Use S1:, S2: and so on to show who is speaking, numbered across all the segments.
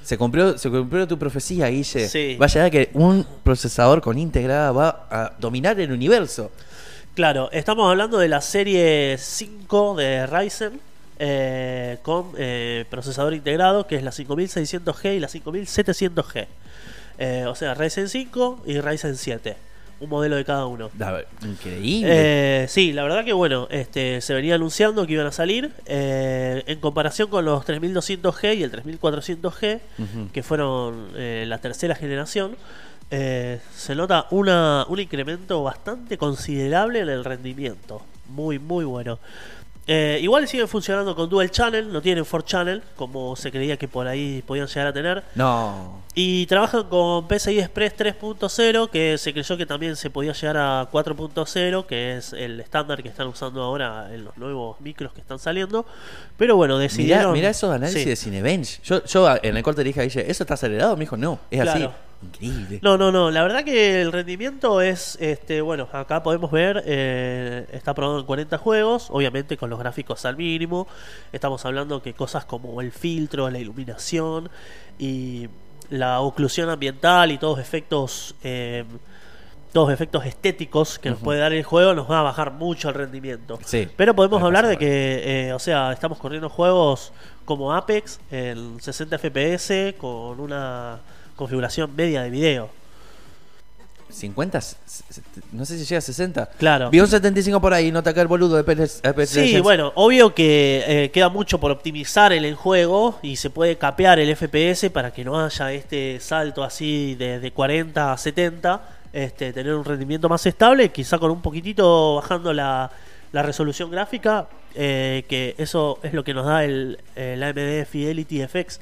S1: Se cumplió, se cumplió tu profecía, Guille.
S2: Sí.
S1: Va a llegar que un procesador con integrada va a dominar el universo.
S2: Claro, estamos hablando de la serie 5 de Ryzen eh, con eh, procesador integrado que es la 5600G y la 5700G. Eh, o sea, Ryzen 5 y Ryzen 7. Un modelo de cada uno.
S1: Da- Increíble.
S2: Eh, sí, la verdad que bueno, este, se venía anunciando que iban a salir eh, en comparación con los 3200G y el 3400G,
S1: Ujú.
S2: que fueron eh, la tercera generación. eh, se nota una, un incremento bastante considerable en el rendimiento. Muy, muy bueno. Eh, igual siguen funcionando con dual channel, no tienen 4 channel, como se creía que por ahí podían llegar a tener.
S1: No.
S2: Y trabajan con PCI Express 3.0, que se creyó que también se podía llegar a 4.0, que es el estándar que están usando ahora en los nuevos micros que están saliendo. Pero bueno,
S1: Mirá,
S2: decidieron...
S1: mirá esos análisis
S2: Sí.
S1: de Cinebench. Yo, yo a- en el corte le dije a Guille, ¿eso está acelerado? Me dijo, no, es así.
S2: Claro.
S1: Increíble.
S2: No, no, no. La verdad que el rendimiento es, este, bueno, acá podemos ver, eh, está probado en 40 juegos, obviamente con los gráficos al mínimo. Estamos hablando que cosas como el filtro, la iluminación y la oclusión ambiental y todos efectos, eh, todos efectos estéticos que nos puede dar el juego nos va a bajar mucho el rendimiento.
S1: Sí.
S2: Pero podemos
S1: Me
S2: hablar
S1: pasa
S2: de
S1: por ahí.
S2: que, eh, o sea, estamos corriendo juegos como Apex en 60 FPS con una configuración media de video.
S1: 50, s- s- no sé si llega a 60.
S2: Claro.
S1: Vi un 75 por ahí, no taca el boludo de PS de PS
S2: Sí, bueno, obvio que eh, queda mucho por optimizar el enjuego y se puede capear el FPS para que no haya este salto así de, de 40 a 70, este, tener un rendimiento más estable, quizá con un poquitito bajando la, la resolución gráfica, eh, que eso es lo que nos da el, eh, el AMD Fidelity FX.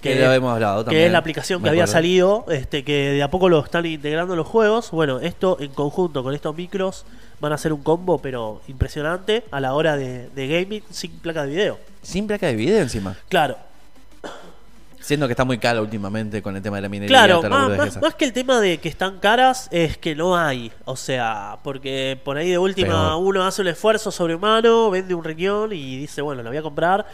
S1: Que lo hemos hablado
S2: Que
S1: también,
S2: es la
S1: me
S2: aplicación que había
S1: acuerdo.
S2: salido, este, que de a poco lo están integrando en los juegos. Bueno, esto en conjunto con estos micros van a ser un combo, pero impresionante a la hora de, de gaming sin placa de video.
S1: Sin placa de video encima.
S2: Claro,
S1: Siendo que está muy cara últimamente con el tema de la minería.
S2: claro, Ah,
S1: toda la
S2: más,
S1: boludez
S2: más-
S1: esa.
S2: más que el tema de que están caras es que no hay. O sea, porque por ahí de última
S1: Pero-
S2: uno hace un esfuerzo sobrehumano, vende un riñón y dice, bueno, lo voy a comprar,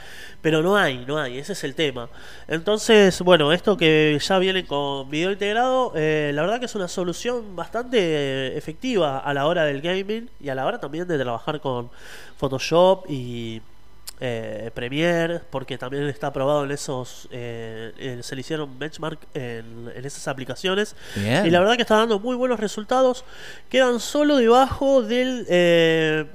S2: pero no hay, no hay, ese es el tema. Entonces, bueno, esto que ya viene con video integrado, eh, la verdad que es una solución bastante eh, efectiva a la hora del gaming y a la hora también de trabajar con Photoshop y eh, Premiere, porque también está aprobado en esos, eh, eh, se le hicieron benchmark en, en esas aplicaciones.
S1: Bien.
S2: Y la verdad que está dando muy buenos resultados. Quedan solo debajo del eh,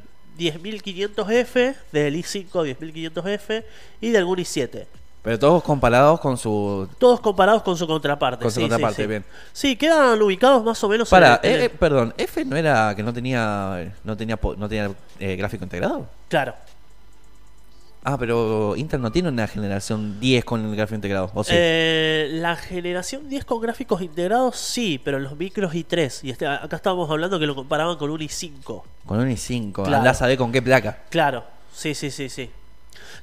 S2: 10500F, del i5 10500F y del Guni 7.
S1: Pero todos comparados con su.
S2: Todos comparados con su contraparte.
S1: Con su
S2: sí, sí,
S1: contraparte,
S2: sí.
S1: bien.
S2: Sí, quedan ubicados más o menos en
S1: Para, eh,
S2: el- en el-
S1: perdón, F no era que no tenía no tenía po- no tenía eh, gráfico integrado.
S2: Claro.
S1: Ah, pero Intel no tiene una generación 10 con el gráfico integrado, o oh, sí.
S2: Eh, la generación 10 con gráficos integrados sí, pero los micros i3. Y este, acá estábamos hablando que lo comparaban con un i5.
S1: con un i5,
S2: claro.
S1: andás a ver con qué placa.
S2: Claro, sí, sí, sí, sí.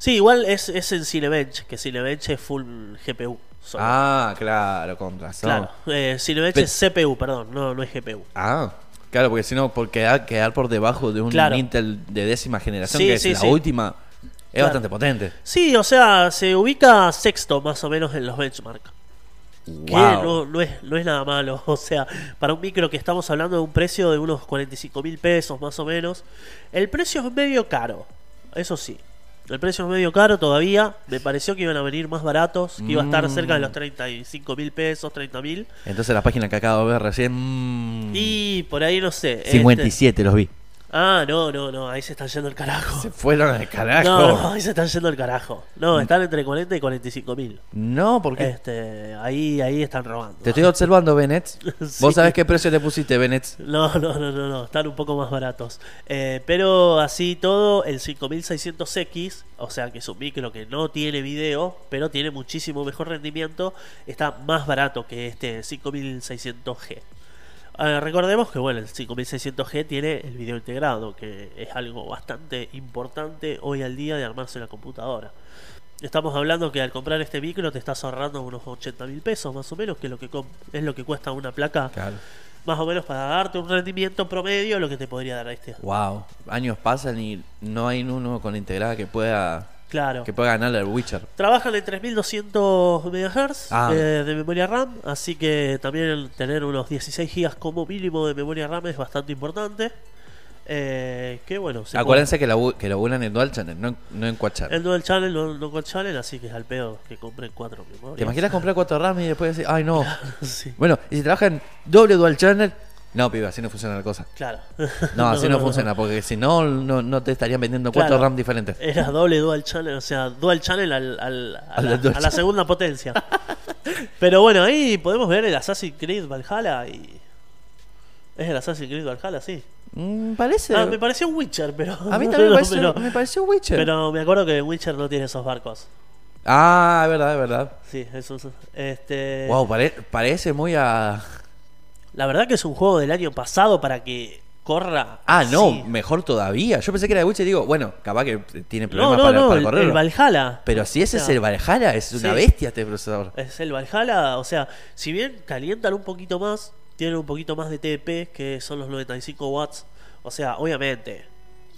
S2: Sí, igual es, es en Cinebench, que Cinebench es full GPU. solo.
S1: Ah, claro, con razón.
S2: claro. Eh, Cinebench
S1: Pe-
S2: es CPU, perdón, no, no es GPU.
S1: Ah, claro, porque si no por quedar, quedar por debajo de un
S2: Claro.
S1: Intel de décima generación
S2: Sí,
S1: que es
S2: sí,
S1: la
S2: sí.
S1: última es
S2: Claro.
S1: bastante potente.
S2: Sí, o sea, se ubica sexto más o menos en los benchmark. Que
S1: Wow.
S2: no, no es, no es nada malo. O sea, para un micro que estamos hablando de un precio de unos 45 mil pesos más o menos. El precio es medio caro, eso sí. El precio es medio caro todavía. Me pareció que iban a venir más baratos, que iba a estar cerca de los 35 mil pesos, 30 mil.
S1: Entonces la página que acabo de ver recién mm,
S2: Y por ahí no sé. este-
S1: 57 los vi.
S2: Ah, no, no, no, ahí se están yendo el carajo.
S1: Se fueron al carajo. Mm.
S2: No, no, ahí se están yendo el carajo. No, están entre 40 y 45 mil.
S1: No, porque
S2: Este, ahí, ahí están robando.
S1: te estoy observando, Bennett.
S2: Sí.
S1: Vos sabés qué precio te pusiste, Bennett.
S2: No, no, no, no, no, están un poco más baratos. Eh, pero así todo, el 5600X, o sea que es un micro que no tiene video, pero tiene muchísimo mejor rendimiento, está más barato que este 5600G. Eh, recordemos que bueno, el 5600G tiene el video integrado, que es algo bastante importante hoy al día de armarse la computadora. Estamos hablando que al comprar este micro te estás ahorrando unos 80 mil pesos más o menos, que, es lo que com- es lo que cuesta una placa
S1: Claro.
S2: más o menos para darte un rendimiento promedio lo que te podría dar este.
S1: Wow. Años pasan y no hay uno con integrada que pueda
S2: Claro.
S1: Que puede ganarle al Witcher.
S2: Trabajan en 3200 MHz
S1: Ah.
S2: eh, de, de memoria RAM, así que también tener unos 16 GB como mínimo de memoria RAM es bastante importante. Eh, que bueno, se
S1: Acuérdense que, labu- que laburan en Dual Channel, no en, no en Quad
S2: puede-
S1: Channel.
S2: el Dual Channel, no, no con Channel, así que es al pedo que compren cuatro memorias.
S1: ¿Te imaginas comprar cuatro RAM y después decir, ay no?
S2: Sí,
S1: Bueno, y si trabajan doble Dual Channel, no, pibe, así no funciona la cosa.
S2: claro.
S1: No, así no, funciona, porque si no, no, no te estarían vendiendo cuatro
S2: Claro. Eh,
S1: RAM diferentes.
S2: Era doble dual channel, o sea, dual channel al, al- a,
S1: Al
S2: la,
S1: dual
S2: a la
S1: channel.
S2: segunda potencia. Pero bueno, ahí podemos ver el Assassin's Creed Valhalla y. Es el Assassin's Creed Valhalla, sí.
S1: Mm, parece.
S2: Ah, me pareció un Witcher, pero.
S1: a mí también me
S2: no,
S1: pareció,
S2: pero,
S1: me pareció Witcher.
S2: pero me acuerdo que Witcher no tiene esos barcos.
S1: Ah, es verdad, es verdad.
S2: Sí, eso es- Este,
S1: Wow, pare- parece muy a.
S2: La verdad que es un juego del año pasado para que corra.
S1: Ah, no,
S2: así.
S1: mejor todavía. Yo pensé que era de Witcher y digo, bueno, capaz que tiene
S2: No,
S1: problemas
S2: no,
S1: para,
S2: no,
S1: para
S2: el,
S1: correrlo.
S2: el Valhalla.
S1: Pero si ese
S2: O sea,
S1: es el Valhalla, es una
S2: sí.
S1: bestia este procesador.
S2: Es el Valhalla, o sea, si bien calientan un poquito más, tienen un poquito más de TDP, que son los 95 watts. O sea, obviamente,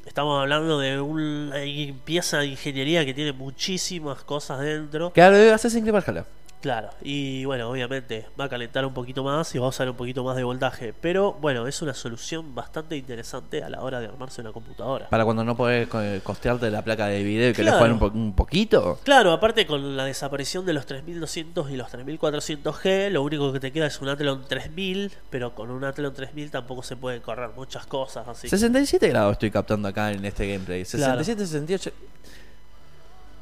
S2: estamos hablando de una limpieza de ingeniería que tiene muchísimas cosas dentro.
S1: Claro, debe hacerse en Valhalla.
S2: Claro, y bueno, obviamente va a calentar un poquito más y va a usar un poquito más de voltaje. Pero bueno, es una solución bastante interesante a la hora de armarse una computadora.
S1: Para cuando no podés co- costearte la placa de video y que
S2: Claro.
S1: le jueguen un, po- un poquito.
S2: Claro, aparte con la desaparición de los 3200 y los 3400G, lo único que te queda es un Athlon 3000, pero con un Athlon 3000 tampoco se pueden correr muchas cosas, así. que-
S1: 67 grados estoy captando acá en este gameplay.
S2: Claro.
S1: 67, 68.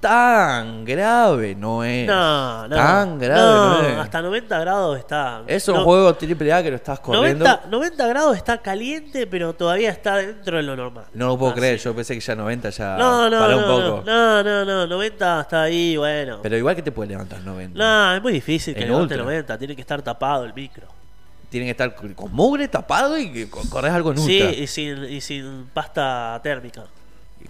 S1: Tan grave no es.
S2: No, no.
S1: Tan grave
S2: no,
S1: no es.
S2: hasta 90 grados está.
S1: Es un
S2: no,
S1: juego triple A que lo estás corriendo.
S2: 90, 90 grados está caliente, pero todavía está dentro de lo normal.
S1: No lo puedo
S2: Así
S1: creer, yo pensé que ya 90 ya
S2: Ah, No, no,
S1: paró
S2: no,
S1: un poco.
S2: no, no, no, 90 está ahí, bueno.
S1: Pero igual que te puede levantar 90.
S2: no, es muy difícil que
S1: En
S2: levante
S1: ultra.
S2: 90, tiene que estar tapado el micro.
S1: Tienen que estar con con mugre tapado y que co- corres algo en
S2: Sí,
S1: ultra.
S2: y sin, y sin pasta térmica.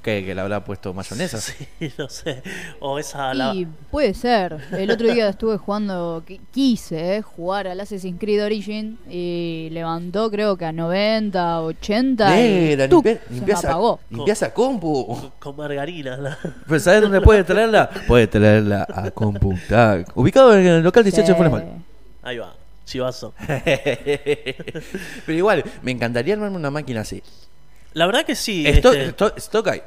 S1: Que, que le habrá puesto mayonesa.
S2: Sí, no sé. O esa la-
S3: Y puede ser. El otro día estuve jugando, qui- quise eh, jugar al Assassin's Creed Origin y levantó creo que a 90, 80
S1: Negra,
S3: y ¡tuc!
S1: limpia-
S3: se
S1: limpia
S3: me
S1: esa-
S3: apagó.
S1: limpia esa compu.
S2: con margarina. la-
S1: Pero ¿sabes dónde puede traerla? Puede traerla a Computac. Ubicado en el local 18 de Funes Mal.
S2: Ahí va, chivazo.
S1: Pero igual, me encantaría armarme una máquina así.
S2: La verdad que sí.
S1: Esto,
S2: este,
S1: esto- stock hay.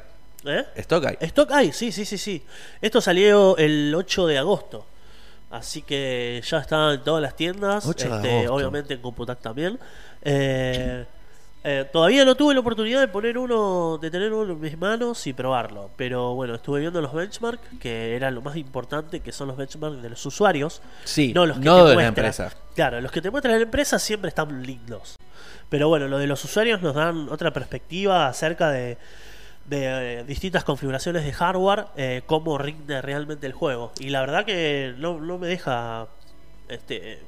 S2: ¿eh?
S1: Stock hay.
S2: Stock hay, sí, sí, sí, sí. Esto salió el 8 de agosto. Así que ya está en todas las tiendas.
S1: 8 de
S2: este,
S1: agosto.
S2: obviamente en Computac también. Eh, eh, todavía no tuve la oportunidad de poner uno, de tener uno en mis manos y probarlo. Pero bueno, estuve viendo los benchmarks, que era lo más importante, que son los benchmarks de los usuarios.
S1: Sí,
S2: no
S1: no,
S2: los que te
S1: de la
S2: muestra.
S1: empresa.
S2: Claro, los que te muestran la empresa siempre están lindos. Pero bueno, lo de los usuarios nos dan otra perspectiva acerca de, de, eh, distintas configuraciones de hardware, eh, cómo rinde realmente el juego. Y la verdad que no, no me deja. Este,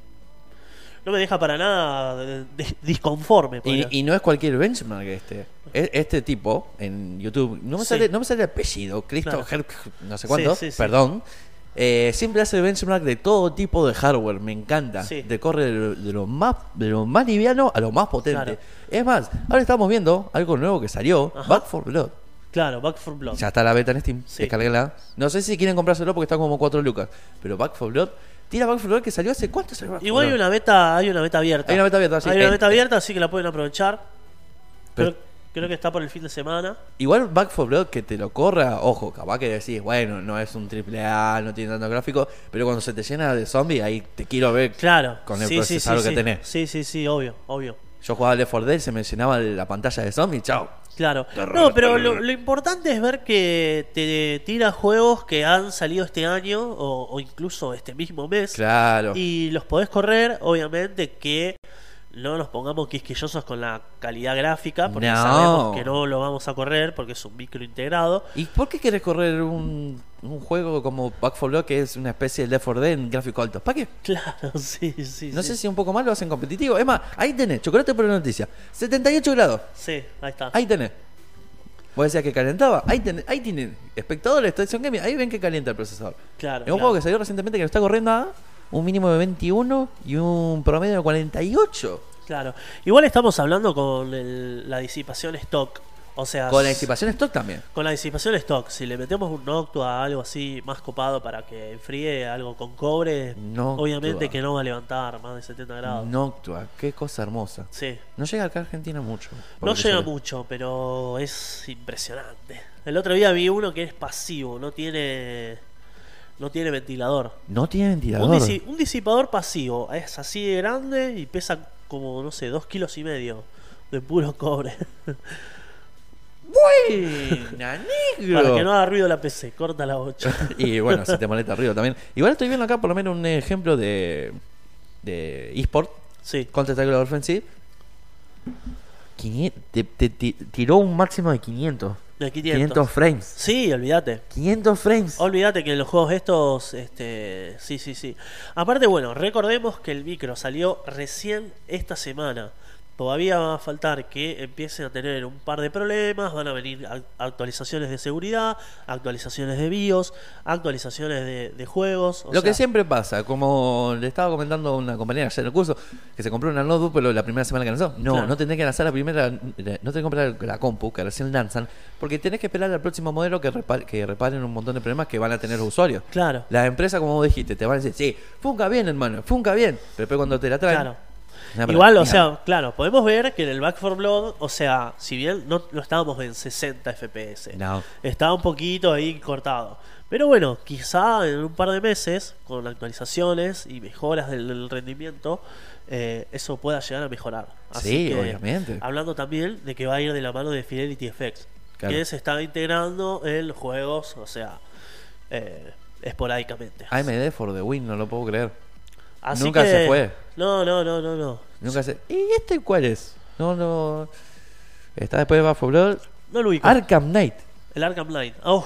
S2: no me deja para nada de- de- disconforme.
S1: Y,
S2: podría-
S1: y no es cualquier benchmark este. E- Este tipo en YouTube, no me
S2: Sí.
S1: sale, no me sale el apellido, Christopher, no sé cuánto,
S2: Sí, sí, sí.
S1: perdón. Eh, siempre hace benchmark de todo tipo de hardware, me encanta.
S2: Sí.
S1: De corre de lo, de lo más de lo más liviano a lo más potente.
S2: Claro.
S1: Es más, ahora estamos viendo algo nuevo que salió,
S2: Ajá.
S1: Back for Blood.
S2: Claro, Back for Blood.
S1: Ya está la beta en Steam,
S2: Sí.
S1: descarguenla. No sé si quieren comprárselo porque está como 4 lucas, pero Back for Blood, tira Back for Blood que salió hace cuánto salió Back 4
S2: Igual hay
S1: Blood?
S2: una beta, hay una beta abierta.
S1: Hay una beta abierta, sí.
S2: Hay una
S1: En-
S2: beta abierta, así que la pueden aprovechar.
S1: Pero-
S2: Creo- creo que está por el fin de semana.
S1: Igual Back 4 Blood que te lo corra, ojo, capaz que decís, bueno, no es un triple A, no tiene tanto gráfico, pero cuando se te llena de zombies, ahí te quiero ver
S2: Claro.
S1: con el
S2: sí, sí,
S1: procesador
S2: sí,
S1: que
S2: sí.
S1: tenés.
S2: Sí, sí, sí, obvio, obvio.
S1: Yo jugaba Left 4 Dead, se me llenaba la pantalla de zombies, chao.
S2: Claro. No, pero lo, lo importante es ver que te tira juegos que han salido este año o, o incluso este mismo mes.
S1: Claro.
S2: Y los podés correr, obviamente que no nos pongamos quisquillosos con la calidad gráfica, porque
S1: No.
S2: sabemos que no lo vamos a correr porque es un micro integrado.
S1: ¿Y por qué querés correr un, un juego como Back 4 Blood que es una especie de Left 4 Dead en gráfico alto? ¿Para qué?
S2: Claro, sí, sí.
S1: No
S2: sí.
S1: sé si un poco más lo hacen competitivo. Es más, ahí tenés, chocolate por la noticia. 78 grados,
S2: Sí, ahí está.
S1: ahí tenés. Vos decías que calentaba, ahí tenés, ahí tienen. Espectadores, estación gaming, ahí ven que calienta el procesador.
S2: Claro.
S1: Es un
S2: claro.
S1: juego que salió recientemente que lo está corriendo a un mínimo de 21 y un promedio de 48.
S2: Claro. Igual estamos hablando con el- la disipación stock. O sea,
S1: Con la disipación stock también.
S2: con la disipación stock, si le metemos un Noctua, algo así más copado para que enfríe, algo con cobre,
S1: Noctua.
S2: obviamente que no va a levantar más de 70 grados.
S1: Noctua, qué cosa hermosa.
S2: Sí.
S1: No llega acá a Argentina mucho.
S2: No
S1: porque yo
S2: llega
S1: le-
S2: mucho, pero es impresionante. El otro día vi uno que es pasivo, no tiene no tiene ventilador.
S1: No tiene
S2: Un,
S1: ventilador.
S2: disi- un disipador pasivo, es así de grande y pesa como, no sé, dos kilos y medio de puro cobre.
S1: Buena, negro.
S2: Para que no haga ruido la PC, corta la 8.
S1: Y bueno, si te molesta ruido también. Igual estoy viendo acá por lo menos un ejemplo de, de eSport,
S2: Sí,
S1: Counter Strike Global Offensive. Quinie- te, te- ti- tiró un máximo de 500.
S2: de 500.
S1: 500 frames.
S2: Sí, olvídate.
S1: 500 frames.
S2: Olvídate que en los juegos estos, este, sí, sí, sí. Aparte, bueno, recordemos que el micro salió recién esta semana. Todavía va a faltar que empiecen a tener un par de problemas, van a venir ac- actualizaciones de seguridad, actualizaciones de BIOS, actualizaciones de, de juegos. o
S1: Lo que
S2: sea,
S1: siempre pasa, como le estaba comentando a una compañera ayer en el curso, que se compró una notebook pero la primera semana que lanzó. No,
S2: Claro.
S1: no tenés que lanzar la primera, no tenés que comprar la compu que recién lanzan, porque tenés que esperar al próximo modelo que, repa- que reparen un montón de problemas que van a tener los usuarios.
S2: Claro.
S1: Las empresas, como vos dijiste, te van a decir, sí, funca bien, hermano, funca bien. Pero después cuando te la traen...
S2: Claro.
S1: una verdad,
S2: Igual, o
S1: mierda.
S2: sea, claro, podemos ver que en el Back for Blood, o sea, si bien no, no estábamos en 60 FPS,
S1: No.
S2: estaba un poquito ahí cortado. Pero bueno, quizá en un par de meses, con actualizaciones y mejoras del, del rendimiento, eh, eso pueda llegar a mejorar.
S1: Sí, obviamente.
S2: Hablando también de que va a ir de la mano de Fidelity FX,
S1: Claro.
S2: que se está integrando en juegos, o sea, eh, esporádicamente.
S1: AMD for the win, no lo puedo creer.
S2: Así
S1: nunca
S2: que-
S1: se fue.
S2: No, no, no, no, no.
S1: Nunca se... ¿Y este cuál es? No, no... Está después de Back 4 Blood.
S2: No lo ubico.
S1: Arkham Knight.
S2: El Arkham Knight. Uf,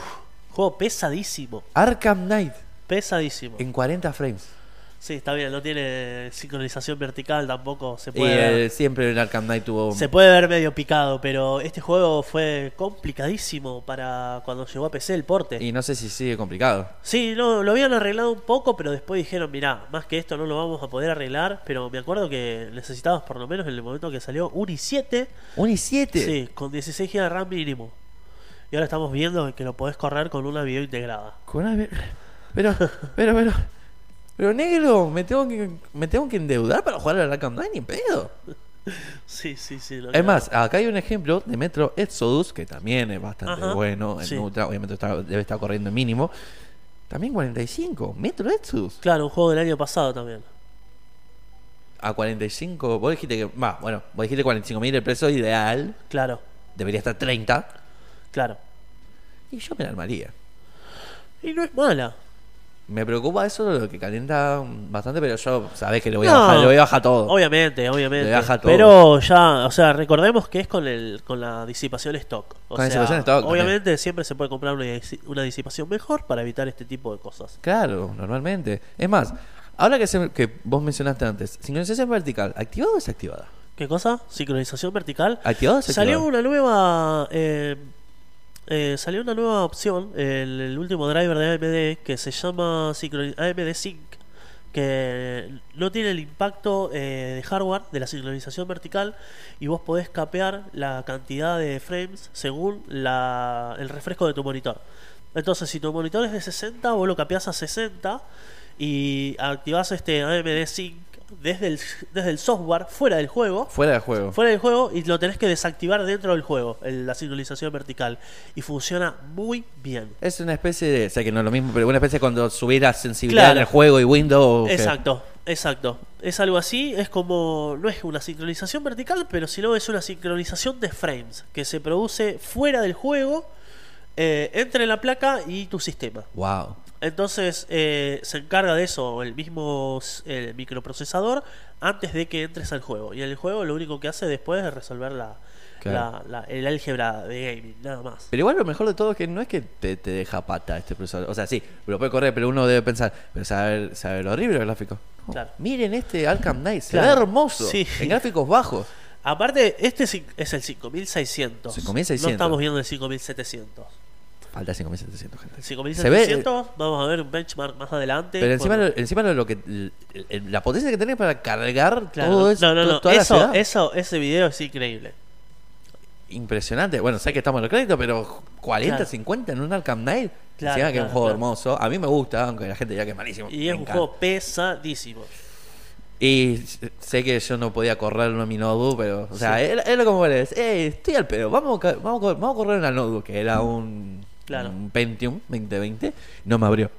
S2: juego pesadísimo.
S1: Arkham Knight.
S2: Pesadísimo.
S1: En 40 frames.
S2: Sí, está bien, no tiene sincronización vertical tampoco. Se
S1: Y
S2: puede,
S1: eh,
S2: ver,
S1: siempre el Arkham Knight tuvo.
S2: se puede ver medio picado, pero este juego fue complicadísimo para cuando llegó a PC el porte.
S1: Y no sé si sigue complicado.
S2: Sí, no, lo habían arreglado un poco, pero después dijeron, mirá, más que esto no lo vamos a poder arreglar, pero me acuerdo que necesitabas por lo menos en el momento que salió un i7,
S1: Un i7.
S2: sí, con 16 GB de RAM mínimo. Y ahora estamos viendo que lo podés correr con una video integrada.
S1: Con una- Pero, pero, pero. Pero negro, me tengo que, me tengo que endeudar para jugar al Arkham Knight, ni en pedo.
S2: Sí, sí, sí. lo
S1: Es
S2: que-
S1: más, acá hay un ejemplo de Metro Exodus, que también es bastante
S2: Ajá,
S1: bueno. En
S2: sí.
S1: Ultra, obviamente está- debe estar corriendo en mínimo. También 45. Metro Exodus.
S2: Claro, un juego del año pasado también.
S1: A 45. Vos dijiste que. Va, bueno, vos dijiste 45 mil el precio ideal.
S2: Claro,
S1: Debería estar 30.
S2: claro.
S1: Y yo me la armaría.
S2: Y no es mala.
S1: Me preocupa eso, lo que calienta bastante, pero yo sabés que le voy a
S2: No.
S1: bajar, le voy a bajar todo.
S2: Obviamente,
S1: Le
S2: obviamente.
S1: baja todo.
S2: Pero ya, o sea, recordemos que es con el con la disipación stock. O
S1: Con
S2: sea,
S1: la disipación stock,
S2: Obviamente siempre se puede comprar una, disi- una disipación mejor para evitar este tipo de cosas.
S1: Claro, normalmente. Es más, ahora que, se- que vos mencionaste antes, sincronización vertical, ¿activada o desactivada?
S2: ¿Qué cosa? Sincronización vertical.
S1: ¿Activada o desactivada?
S2: Salió una nueva eh, eh, salió una nueva opción, el, el último driver de AMD que se llama sincroni- AMD Sync que no tiene el impacto eh, de hardware de la sincronización vertical y vos podés capear la cantidad de frames según la- el refresco de tu monitor. Entonces, si tu monitor es de 60, vos lo capeás a 60 y activás este AMD Sync desde el, desde el software fuera del juego
S1: Fuera del juego.
S2: fuera del juego y lo tenés que desactivar dentro del juego, el- la sincronización vertical. Y funciona muy bien.
S1: Es una especie de, sé que no es lo mismo, pero una especie de cuando subiera sensibilidad
S2: Claro.
S1: en el juego y Windows. que-
S2: Exacto, exacto. Es algo así, es como, no es una sincronización vertical, pero sino es una sincronización de frames que se produce fuera del juego, eh, entre la placa y tu sistema.
S1: Wow.
S2: Entonces eh, se encarga de eso el mismo s- el microprocesador antes de que entres al juego. Y el juego lo único que hace después es resolver la,
S1: Claro.
S2: la- la- el álgebra de gaming, nada más.
S1: Pero igual lo mejor de todo es que no es que te, te deja pata este procesador. O sea, sí, lo puede correr, pero uno debe pensar, pero saber, saber lo horrible el gráfico. No,
S2: Claro.
S1: Miren este Arkham Knight, se
S2: Claro.
S1: ve hermoso.
S2: Sí.
S1: En gráficos bajos.
S2: Aparte, este es- es el 5600.
S1: 5600.
S2: No estamos viendo el 5700.
S1: Falta 5700, gente.
S2: El
S1: Se ve, eh,
S2: 5700, vamos a ver un benchmark más adelante.
S1: Pero encima,
S2: cuando-
S1: lo- encima lo, lo que el- el- la potencia que tenés para cargar
S2: Claro,
S1: todo eso,
S2: no, no,
S1: to-
S2: no,
S1: toda la
S2: eso,
S1: ciudad.
S2: eso, ese video es increíble.
S1: impresionante. Bueno, sé que estamos en los créditos, pero 40,
S2: Claro.
S1: 50 en un Arkham Knight.
S2: Claro,
S1: Encima que es un
S2: claro,
S1: juego
S2: claro.
S1: hermoso. A mí me gusta, aunque la gente diga que es malísimo.
S2: Y
S1: Me
S2: es un
S1: encanta.
S2: juego pesadísimo.
S1: Y sé que yo no podía correrlo en mi notebook, pero. O sea, era, era como eres. Eh, estoy al pedo. Vamos, a ca- vamos, a cor- vamos a correr en la notebook, que era un.
S2: Claro.
S1: un Pentium 2020. No me abrió.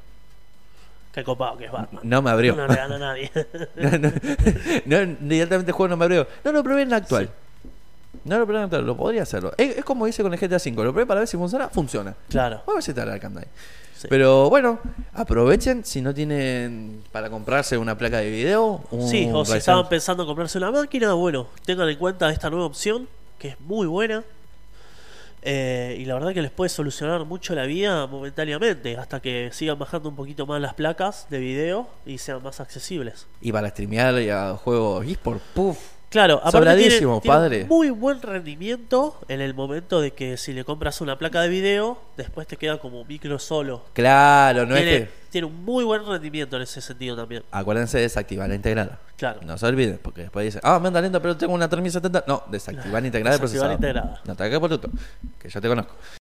S2: Qué copado que es Batman.
S1: No me abrió.
S2: No le gana a nadie.
S1: No, no, no, directamente el juego no me abrió. No lo probé en la actual. No lo probé en la actual, lo podría hacerlo. Es, es como hice con el GTA V, lo probé para ver si funciona, funciona.
S2: claro.
S1: Vamos a ver si tal Arkham Knight.
S2: Sí.
S1: Pero bueno, aprovechen si no tienen para comprarse una placa de video. Un
S2: Sí, o si
S1: Ryzen-
S2: estaban pensando en comprarse una máquina, bueno, tengan en cuenta esta nueva opción, que es muy buena. Eh, y la verdad que les puede solucionar mucho la vida momentáneamente, hasta que sigan bajando un poquito más las placas de video y sean más accesibles.
S1: Y para streamear y a juegos eSport, puff.
S2: Claro, aparte tiene,
S1: Sobradísimo,
S2: tiene
S1: padre.
S2: muy buen rendimiento en el momento de que si le compras una placa de video, después te queda como micro solo.
S1: Claro, no
S2: tiene,
S1: es que.
S2: tiene un muy buen rendimiento en ese sentido también.
S1: Acuérdense de desactivar la integrada.
S2: Claro.
S1: No se olviden, porque después dicen, ah, me anda lento, pero tengo una 3070. No, desactivar la integrada del procesador.
S2: Desactivar la integrada.
S1: No te hagas por que yo te conozco.